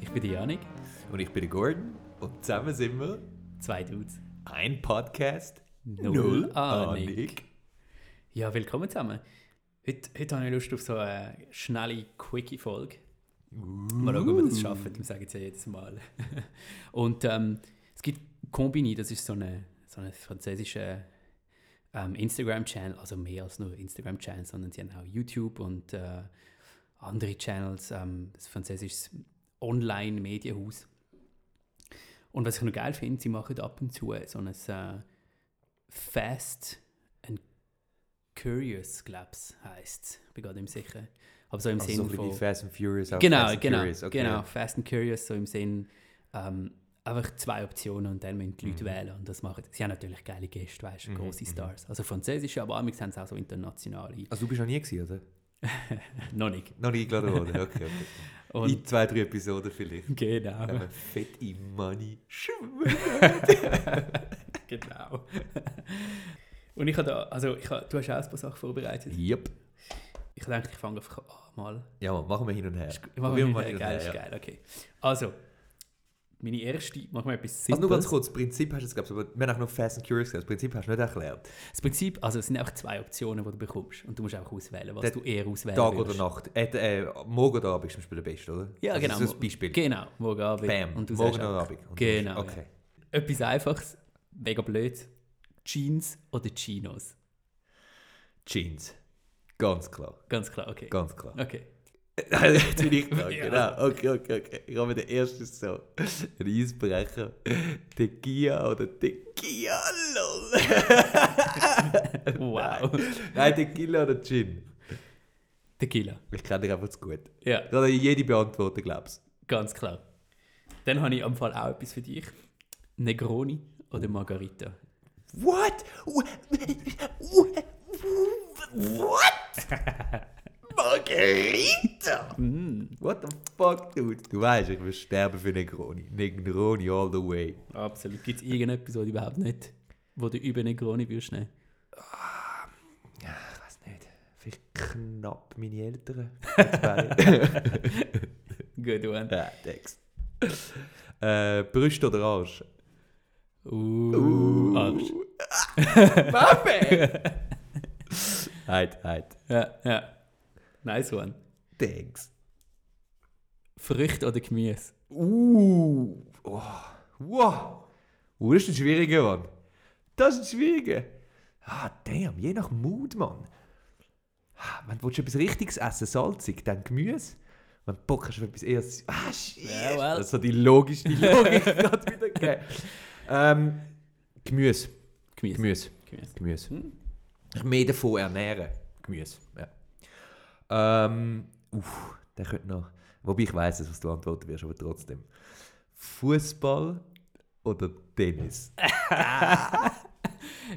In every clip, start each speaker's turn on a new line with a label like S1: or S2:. S1: Ich bin die Janik,
S2: Und ich bin der Gordon und zusammen sind wir
S1: zwei Dudes.
S2: ein Podcast,
S1: Null Ahnung. Ja, willkommen zusammen. Heute, heute habe ich Lust auf so eine schnelle, quickie Folge. Mal schauen, ob wir das schaffen, wir sagen es ja jedes Mal. und ähm, es gibt Combini, das ist so ein so eine französischer ähm, Instagram-Channel, also mehr als nur Instagram-Channel, sondern sie haben auch YouTube und äh, andere Channels, ähm, das französisches Online-Medienhaus. Und was ich noch geil finde, sie machen ab und zu so ein äh, Fast and Curious, glaube ich, heisst es. Ich bin gerade nicht mehr sicher. Aber so im
S2: Also so
S1: Sinn
S2: ein bisschen
S1: von...
S2: wie Fast and Furious. auch
S1: Genau,
S2: Fast and
S1: genau,
S2: Furious, okay.
S1: genau. Fast and Curious, so im Sinn, ähm, einfach zwei Optionen und dann müssen die
S2: Mhm.
S1: Leute wählen und das machen. Sie haben natürlich geile Gäste, weißt du, große Stars. Also französische, aber manchmal haben sie auch so internationale.
S2: Also du bist noch nie gewesen, oder?
S1: Noch nicht.
S2: Noch nie eingeladen worden, okay. okay.
S1: Und-
S2: In zwei, drei Episoden vielleicht.
S1: Genau.
S2: Wenn wir fett im Money
S1: genau. und ich habe da, also ich habe, du hast auch ein paar Sachen vorbereitet.
S2: Yep.
S1: Ich denke, ich fange einfach an mal.
S2: Ja, Mann, machen wir hin und her.
S1: Ich mache
S2: Probieren wir
S1: mal geil, ist
S2: ja.
S1: geil, okay. Also, meine erste, machen wir etwas
S2: Also nur
S1: Simples.
S2: ganz kurz, das Prinzip hast du jetzt gehabt, aber wir haben auch noch Fast and Curious gesagt, das Prinzip hast du nicht erklärt.
S1: Das Prinzip, also es sind einfach zwei Optionen, die du bekommst und du musst einfach auswählen, was
S2: Der
S1: du eher auswählen
S2: Tag
S1: willst.
S2: oder Nacht. Äh, äh, morgen oder Abend ist zum Beispiel der Beste, oder?
S1: Ja,
S2: also
S1: genau.
S2: Das ist ein Beispiel.
S1: Genau, morgen Abend.
S2: Bam,
S1: Und du
S2: morgen
S1: sagst
S2: oder
S1: einfach-
S2: Abend. Und du
S1: Genau.
S2: sagst, Okay.
S1: Ja. Etwas Einfaches, mega blöd. Jeans oder Chinos?
S2: Jeans. Ganz klar,
S1: Ganz klar, okay.
S2: ganz klar.
S1: Okay.
S2: Jetzt bin ich dran,
S1: Ja.
S2: genau. Okay, okay, okay. Ich habe den ersten so. Reisbrecher. Tequila oder Tequila, lol.
S1: Wow.
S2: Nein, Tequila oder Gin.
S1: Tequila.
S2: Ich kenne dich einfach zu gut.
S1: Ja,
S2: Ich kann dir jede beantworten, glaubst
S1: ganz klar. Dann habe ich am Fall auch etwas für dich. Negroni oder Margarita?
S2: du. What? What? What? Margarita! What the fuck, dude? Du weißt, ich will sterben für Negroni. Negroni all the way.
S1: Absolut. Gibt es irgendetwas, was du überhaupt nicht, wo du über Negroni würdest nehmen?
S2: Ich weiß nicht. Vielleicht knapp meine Eltern. Zwei.
S1: Good one.
S2: ja, Text. Äh, Brüste oder Arsch?
S1: Uh, Arsch.
S2: Mami! halt, halt.
S1: Ja, ja. Nice one.
S2: Text.
S1: Früchte oder Gemüse?
S2: Uh. Oh. Wow. Uh, das ist ein schwieriger, Mann. Das ist ein schwieriger. Ah, damn. Je nach Mut, Mann. Ah, Wenn du willst etwas Richtiges essen salzig, dann Gemüse. Wenn du Bock hast auf etwas eher... sü- Ah, shit.
S1: Ja, well.
S2: Das hat die logische die Logik gerade wieder gegeben. Ähm, Gemüse.
S1: Gemüse.
S2: Gemüse.
S1: Gemüse.
S2: Gemüse.
S1: Hm.
S2: Mehr davon ernähren. Gemüse. Ja. Ähm, uff, der könnte noch. Wobei ich weiss, was du antworten wirst, aber trotzdem. Fußball oder Tennis?
S1: Ah.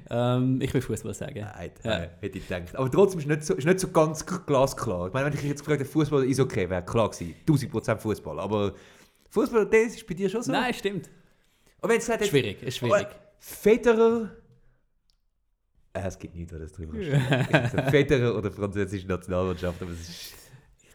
S1: Ähm, ich will Fußball sagen.
S2: Nein,
S1: Ja.
S2: nein, hätte ich gedacht. Aber trotzdem ist nicht so, ist nicht so ganz k- glasklar. Ich meine, wenn ich dich jetzt gefragt hätte, Fußball ist okay, wäre klar gewesen. 1000% Fußball. Aber Fußball oder Tennis ist bei dir schon so.
S1: Nein, stimmt.
S2: Und wenn es gesagt hätte,
S1: Schwierig, ist schwierig.
S2: Aber Federer. Äh, es gibt nichts, was das drüber ist. Federer oder französische Nationalmannschaft, aber es ist.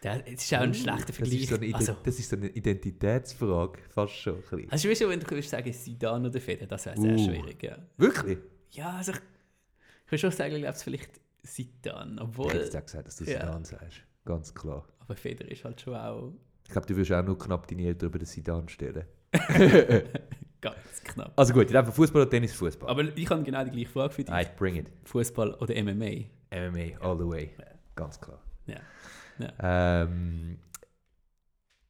S1: Das ist auch ein schlechter
S2: Mm. Das
S1: Vergleich.
S2: ist, so eine Ident-
S1: also,
S2: das ist so eine Identitätsfrage, fast schon. Ein bisschen.
S1: also, weißt du, wenn du würdest sagen, Sidan oder Feder, das wäre sehr
S2: Uh.
S1: schwierig. Ja,
S2: Wirklich?
S1: ja also, ich, ich würde schon sagen, ich glaube es vielleicht Sidan.
S2: Ich hätte
S1: Obwohl,
S2: jetzt auch gesagt, dass du es
S1: Ja.
S2: Sidan sagst. Ganz klar.
S1: aber Feder ist halt schon auch
S2: Ich glaube, du wirst auch nur knapp deine Eltern über den Sidan stellen.
S1: ganz knapp.
S2: Also gut, in dem Fall Fußball oder Tennis, Fußball.
S1: Aber ich habe genau die gleiche Frage für dich.
S2: Alright, bring it.
S1: Fußball oder MMA?
S2: MMA all the way. Ganz klar.
S1: Ja.
S2: Ähm,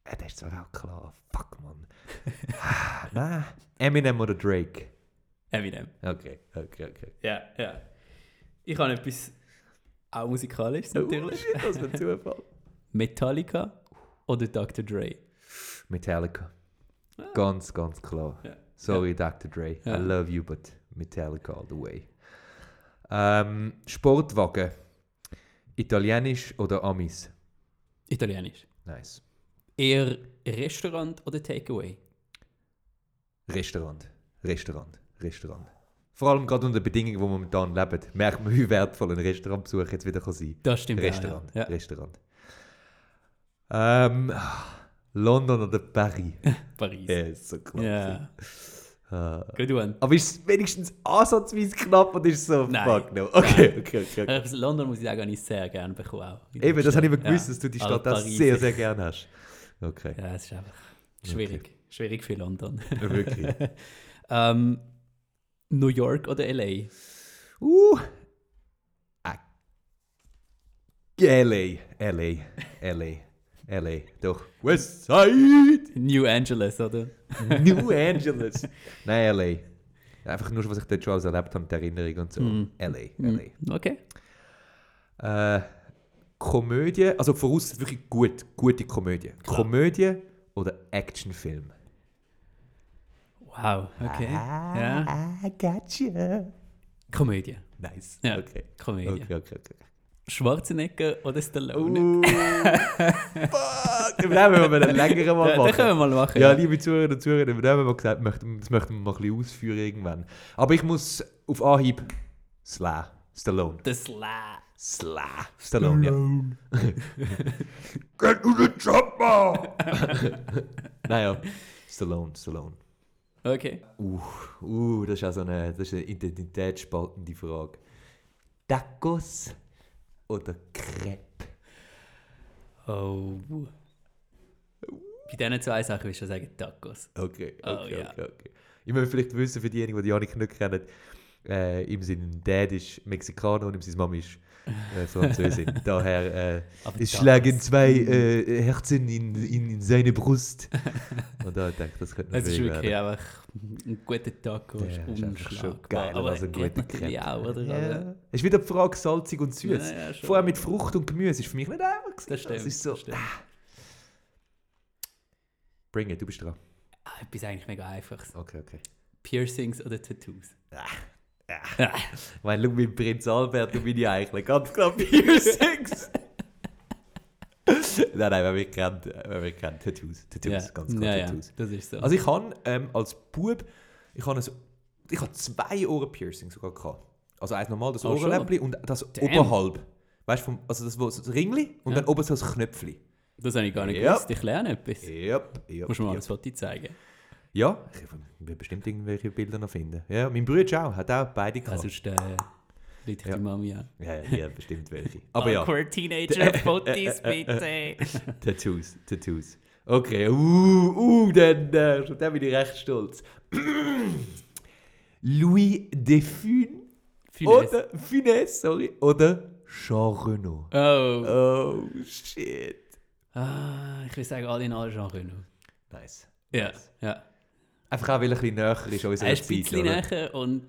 S2: äh, das ist zwar auch klar. Fuck, Mann. Ah, Nein. Eminem oder Drake?
S1: Eminem.
S2: Okay, okay, okay.
S1: Ja, ja. Ich habe etwas auch musikalisches
S2: Oh,
S1: natürlich.
S2: shit, das war ein Zufall.
S1: Metallica oder Dr. Dre?
S2: Metallica. Ganz, ganz klar.
S1: Ah. Ja.
S2: Sorry, Dr. Dre.
S1: Ja.
S2: I love you, but Metallica all the way. Ähm, Sportwagen. Italienisch oder Amis?
S1: Italienisch.
S2: Nice.
S1: Eher Restaurant oder Takeaway?
S2: Restaurant. Restaurant. Restaurant. Vor allem gerade unter den Bedingungen, die wir momentan leben, merkt man, wie wertvoll ein Restaurantbesuch jetzt wieder kann sein
S1: Das stimmt. auch,
S2: Restaurant.
S1: Ja. Ja.
S2: Restaurant. Ähm, London oder Paris?
S1: Paris.
S2: Ja, ist so knapp.
S1: Ja.
S2: Ah.
S1: Good one.
S2: Aber ist es wenigstens ansatzweise knapp und ist so,
S1: Nein.
S2: fuck no. Okay, okay, okay. okay.
S1: Äh, London muss ich sagen, habe ich sehr gerne bekommen. Auch.
S2: Eben, das habe ich immer gewusst, dass du die
S1: Aber
S2: Stadt das
S1: also Paris
S2: sehr,
S1: ist-
S2: sehr gerne hast. Okay,
S1: Ja, es ist einfach schwierig. Schwierig für London.
S2: wirklich.
S1: Ähm, New York oder L.A.?
S2: Uh! Ah. LA, LA, LA, LA, doch. Westside!
S1: New Angeles, oder?
S2: New Angeles! Nein, LA. Einfach nur, was ich dort schon alles erlebt habe, die Erinnerung und so.
S1: Mhm.
S2: LA, LA.
S1: Okay.
S2: Äh, Komödie, also voraus wirklich gut, gute Komödie. Komödie oder Actionfilm?
S1: Wow, okay.
S2: Ah,
S1: Ja.
S2: I got you.
S1: Komödie.
S2: Nice.
S1: Ja,
S2: Okay.
S1: Komödie.
S2: Okay, okay, okay.
S1: Schwarzenegger oder Stallone?
S2: Uh, fuck! Im Leben wollen wir einen längeren
S1: Ja,
S2: mal
S1: das können wir
S2: machen.
S1: mal machen.
S2: Ja,
S1: ja.
S2: liebe Zuhörerinnen und Zuhörer, im Leben haben wir gesagt, möchten- das möchten wir mal ein bisschen ausführen irgendwann. Aber ich muss auf Anhieb Sla. Stallone.
S1: Das La.
S2: Sla. Stallone, ja. Get you the job, man! naja, Stallone, Stallone.
S1: Okay.
S2: Uh, uh, das ist auch so eine, das ist eine identitätsspaltende Frage. Tacos oder Crepe?
S1: Oh. Bei diesen zwei Sachen würde ich schon sagen Tacos.
S2: Okay, okay,
S1: Oh,
S2: okay,
S1: ja.
S2: okay. Ich möchte vielleicht wissen, für diejenigen, die Janik nicht kennen, äh, ihm sein Dad ist Mexikaner und ihm seine Mama ist äh, Französin. Daher äh,
S1: Aber
S2: es
S1: Tacos-
S2: schlagen zwei äh, Herzen in, in, in seine Brust. und da denke ich, das könnte
S1: Es ist
S2: schwierig
S1: wirklich einfach ein guter Taco, ist
S2: Ja, ist einfach schon
S1: unschlagbar.
S2: geiler
S1: Aber
S2: als ein
S1: geht
S2: guter
S1: natürlich
S2: Crepe.
S1: auch, oder? Also,
S2: Ja.
S1: Aber-
S2: Es ist wieder die Frage salzig und süß.
S1: Ja, ja, schon.
S2: Vor allem mit Frucht und Gemüse ist für mich nicht einfach. gewesen.
S1: Das stimmt.
S2: ist so. ah.
S1: das stimmt.
S2: Bring it, du bist dran.
S1: Ah, etwas eigentlich mega Einfaches.
S2: Okay, okay.
S1: Piercings oder Tattoos?
S2: Ich meine, schau mit Prinz Albert und meine Eichel. Ganz klar Piercings. nein, nein, wenn wir kennen, wenn wir kennen Tattoos. Tattoos, ganz klar
S1: ja, ja,
S2: Tattoos.
S1: das ist so.
S2: Also ich habe ähm, als Bub, ich habe ich hab zwei Ohrenpiercings sogar gehabt. Also eins normal, das
S1: Ah, schon?
S2: Ohrenläppli und das
S1: Damn.
S2: oberhalb. Weißt du, vom- also das, wo- so das Ringli und
S1: Ja.
S2: dann oben so das Knöpfli.
S1: das habe ich gar nicht
S2: Ja.
S1: gewusst. Ich lerne etwas.
S2: Yep, yep,
S1: Musst du mir mal
S2: yep.
S1: ein Foto zeigen.
S2: Ja, ich werde bestimmt irgendwelche Bilder noch finden. Ja, mein Bruder auch, hat auch beide
S1: Ja.
S2: gehabt.
S1: Sonst äh, rufe ich
S2: Ja.
S1: die Mami an.
S2: Ja, ja, die hat bestimmt welche. Aber ja.
S1: Awkward Teenager, Fotos bitte.
S2: Tattoos, Tattoos. Okay, uh, uh, dann, äh, schon dann bin ich recht stolz. Louis de Fun
S1: Finesse.
S2: oder Funès, sorry, oder Jean Reno.
S1: Oh.
S2: Oh shit.
S1: Ah, ich will sagen, alle in allen Genres.
S2: Nice.
S1: Ja, ja.
S2: Einfach auch, weil er ein bisschen näher ist unserer
S1: Er ist ein
S2: Zeit,
S1: bisschen
S2: oder?
S1: näher und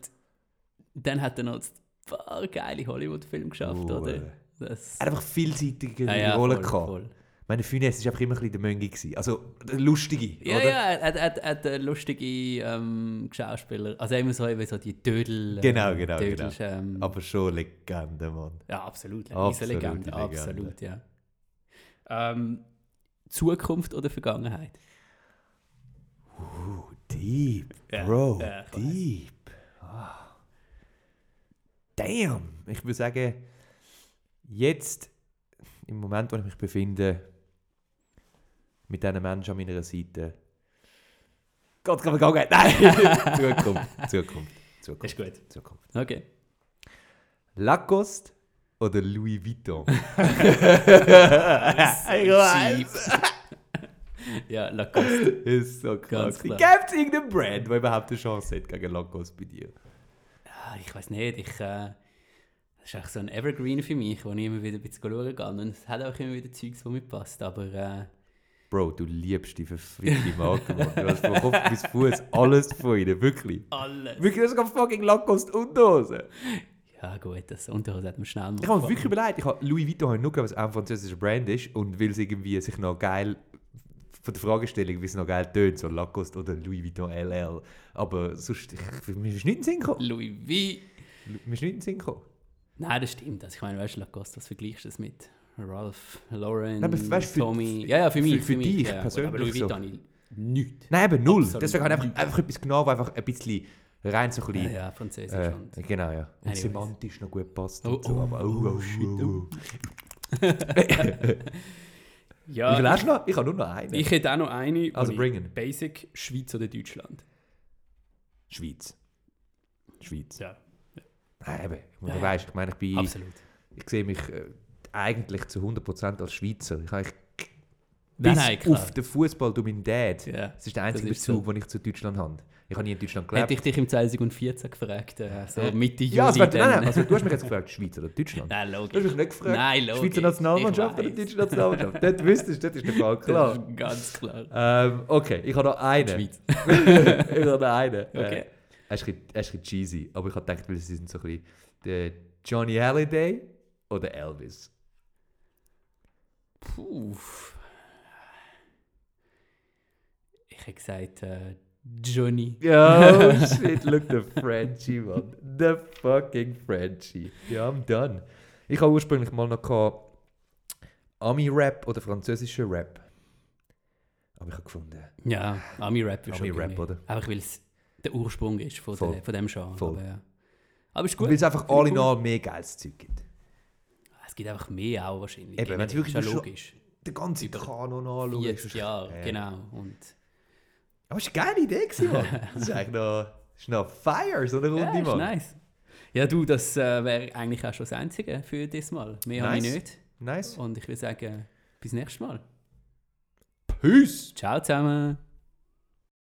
S1: dann hat er noch ein paar geile Hollywood-Filme geschafft,
S2: Oh, äh.
S1: oder? Das
S2: Er hat einfach vielseitige
S1: Ah ja,
S2: Rollen
S1: voll,
S2: gehabt.
S1: voll.
S2: Ich meine, Funès war einfach immer ein bisschen der Möngi. gewesen. Also, der Lustige,
S1: Ja,
S2: oder?
S1: ja, er hat, hat, hat äh, lustige ähm, Schauspieler. Also immer so, eben so die Dödel. äh,
S2: Genau, genau,
S1: Dödels, Ähm,
S2: Aber schon Legende, Mann.
S1: ja, absolut. Diese
S2: Absolute
S1: Legende,
S2: Legende.
S1: absolut, ja. Ähm, Zukunft oder Vergangenheit?
S2: Oh, deep,
S1: Ja,
S2: bro,
S1: ja, ich weiß.
S2: deep. Ah. Damn, ich würde sagen, jetzt, im Moment, wo ich mich befinde, mit diesen Menschen an meiner Seite. Gott, kann man gar nicht. Nein! Zukunft, Zukunft, Zukunft,
S1: Ist gut.
S2: Zukunft.
S1: Okay.
S2: Lacoste oder Louis Vuitton?
S1: ja, Lacoste.
S2: Ist so krass.
S1: Ganz
S2: Gibt
S1: klar.
S2: es irgendeinen Brand, der überhaupt eine Chance hat gegen Lacoste bei dir?
S1: Ah, Ich weiß nicht, ich. Äh, das ist eigentlich so ein Evergreen für mich, wo ich immer wieder ein bisschen schauen gehe. Und es hat auch immer wieder Zeugs, wo mir passt. Aber äh,
S2: Bro, du liebst die verfickte Marke, Mann. Du hast von Kopf bis Fuß alles von ihnen, wirklich.
S1: alles.
S2: Wirklich, du hast sogar fucking Lacoste und Hose.
S1: Ja, gut, das Unterhose hat man schnell mal.
S2: Ich habe mir wirklich überlegt, ich habe Louis Vuitton habe ich nur gehört, weil es auch ein französischer Brand ist und weil es irgendwie sich noch geil von der Fragestellung, wie es noch geil tönt, so Lacoste oder Louis Vuitton LL. Aber sonst, ich, mir ist nicht in den Sinn gekommen.
S1: Louis V.
S2: Mir ist nicht in den Sinn gekommen.
S1: Nein, das stimmt. Also, ich meine, weißt du, Lacoste, was vergleichst du das mit? Ralph, Lauren,
S2: Nein, aber weißt du, für-
S1: Tommy. Ja, ja, für
S2: für-
S1: mich.
S2: für dich
S1: mich, ja.
S2: persönlich
S1: Aber Louis
S2: so.
S1: Vuitton ich nichts.
S2: Nein, eben null.
S1: Absolut
S2: Deswegen habe ich einfach, einfach etwas genommen, wo einfach ein bisschen rein so ein
S1: Ja,
S2: bisschen...
S1: ja, Französisch.
S2: Äh,
S1: und-
S2: genau, ja. Und
S1: Anyways.
S2: semantisch noch gut passt.
S1: Oh,
S2: und so,
S1: oh,
S2: aber, oh, oh,
S1: oh,
S2: shit,
S1: oh.
S2: oh. Wie viel
S1: Ja,
S2: hast du noch? Ich habe nur noch einen.
S1: ich hätte auch noch eine. wo
S2: Also
S1: ich-
S2: bring ihn.
S1: Basic, Schweiz oder Deutschland.
S2: Schweiz. Schweiz.
S1: Ja,
S2: Nein, eben. Ich
S1: Ja,
S2: meine,
S1: ja.
S2: Weißt, ich meine, ich bin...
S1: absolut.
S2: ich sehe mich äh, eigentlich zu 100% als Schweizer. Ich habe eigentlich
S1: Nein,
S2: bis
S1: nein, klar.
S2: auf den Fußball durch meinen Dad.
S1: Ja,
S2: Das ist der einzige
S1: das ist
S2: Bezug, den ich zu Deutschland habe. Ich habe nie in Deutschland gelebt.
S1: Hätte ich dich im 2014 gefragt, äh, so
S2: Äh,
S1: Mitte Juli.
S2: ja, es wird,
S1: dann-
S2: nein, nein, also, du hast mich jetzt gefragt, Schweiz oder Deutschland.
S1: Nein,
S2: Du hast
S1: logisch.
S2: mich nicht gefragt,
S1: Nein, logisch.
S2: Schweizer Nationalmannschaft
S1: Ich
S2: oder
S1: weiss.
S2: deutsche Nationalmannschaft. dort wüsstest du, dort ist der Fall
S1: Das
S2: klar.
S1: ist ganz klar.
S2: Ähm, okay, ich habe noch einen.
S1: Schweiz.
S2: ich habe noch einen. Äh,
S1: Okay.
S2: er ist ein bisschen- er ist ein bisschen cheesy, aber ich habe gedacht, weil sie sind so ein bisschen der Johnny Halliday oder Elvis.
S1: Puh. Ich hätte gesagt, äh, Johnny.
S2: Yo, shit, look, the Frenchie, man. The fucking Frenchie. Ja, I'm done. Ich habe ursprünglich mal noch gehabt, Ami-Rap oder französischen Rap. Aber ich habe gefunden,
S1: Ja, Ami-Rap ist
S2: Ami-Rap,
S1: okay.
S2: oder?
S1: Einfach weil es der Ursprung ist von,
S2: Voll.
S1: der, von dem Genre.
S2: Voll.
S1: Aber, ja. aber ist gut.
S2: weil es einfach
S1: Finde
S2: all
S1: ich
S2: in
S1: cool.
S2: all mehr geiles Zeug gibt.
S1: Es gibt einfach mehr auch wahrscheinlich.
S2: Eben, wenn's
S1: Generell.
S2: wirklich
S1: ist ja
S2: schon-
S1: logisch.
S2: Den ganzen
S1: Über
S2: Kanon anschauen.
S1: 40 Jahre,
S2: Ja.
S1: genau. Und
S2: Aber es war eine geile Idee, gewesen, Mann. Das ist eigentlich noch, das ist noch "Nou, Fire, so eine Runde,
S1: ja, ist
S2: Mann.
S1: nice. Ja, du, das äh, wäre eigentlich auch schon das Einzige für diesmal. Mehr habe ich
S2: Nice.
S1: nicht.
S2: Nice.
S1: Und ich würde sagen, bis nächstes Mal.
S2: Peace!
S1: Ciao zusammen.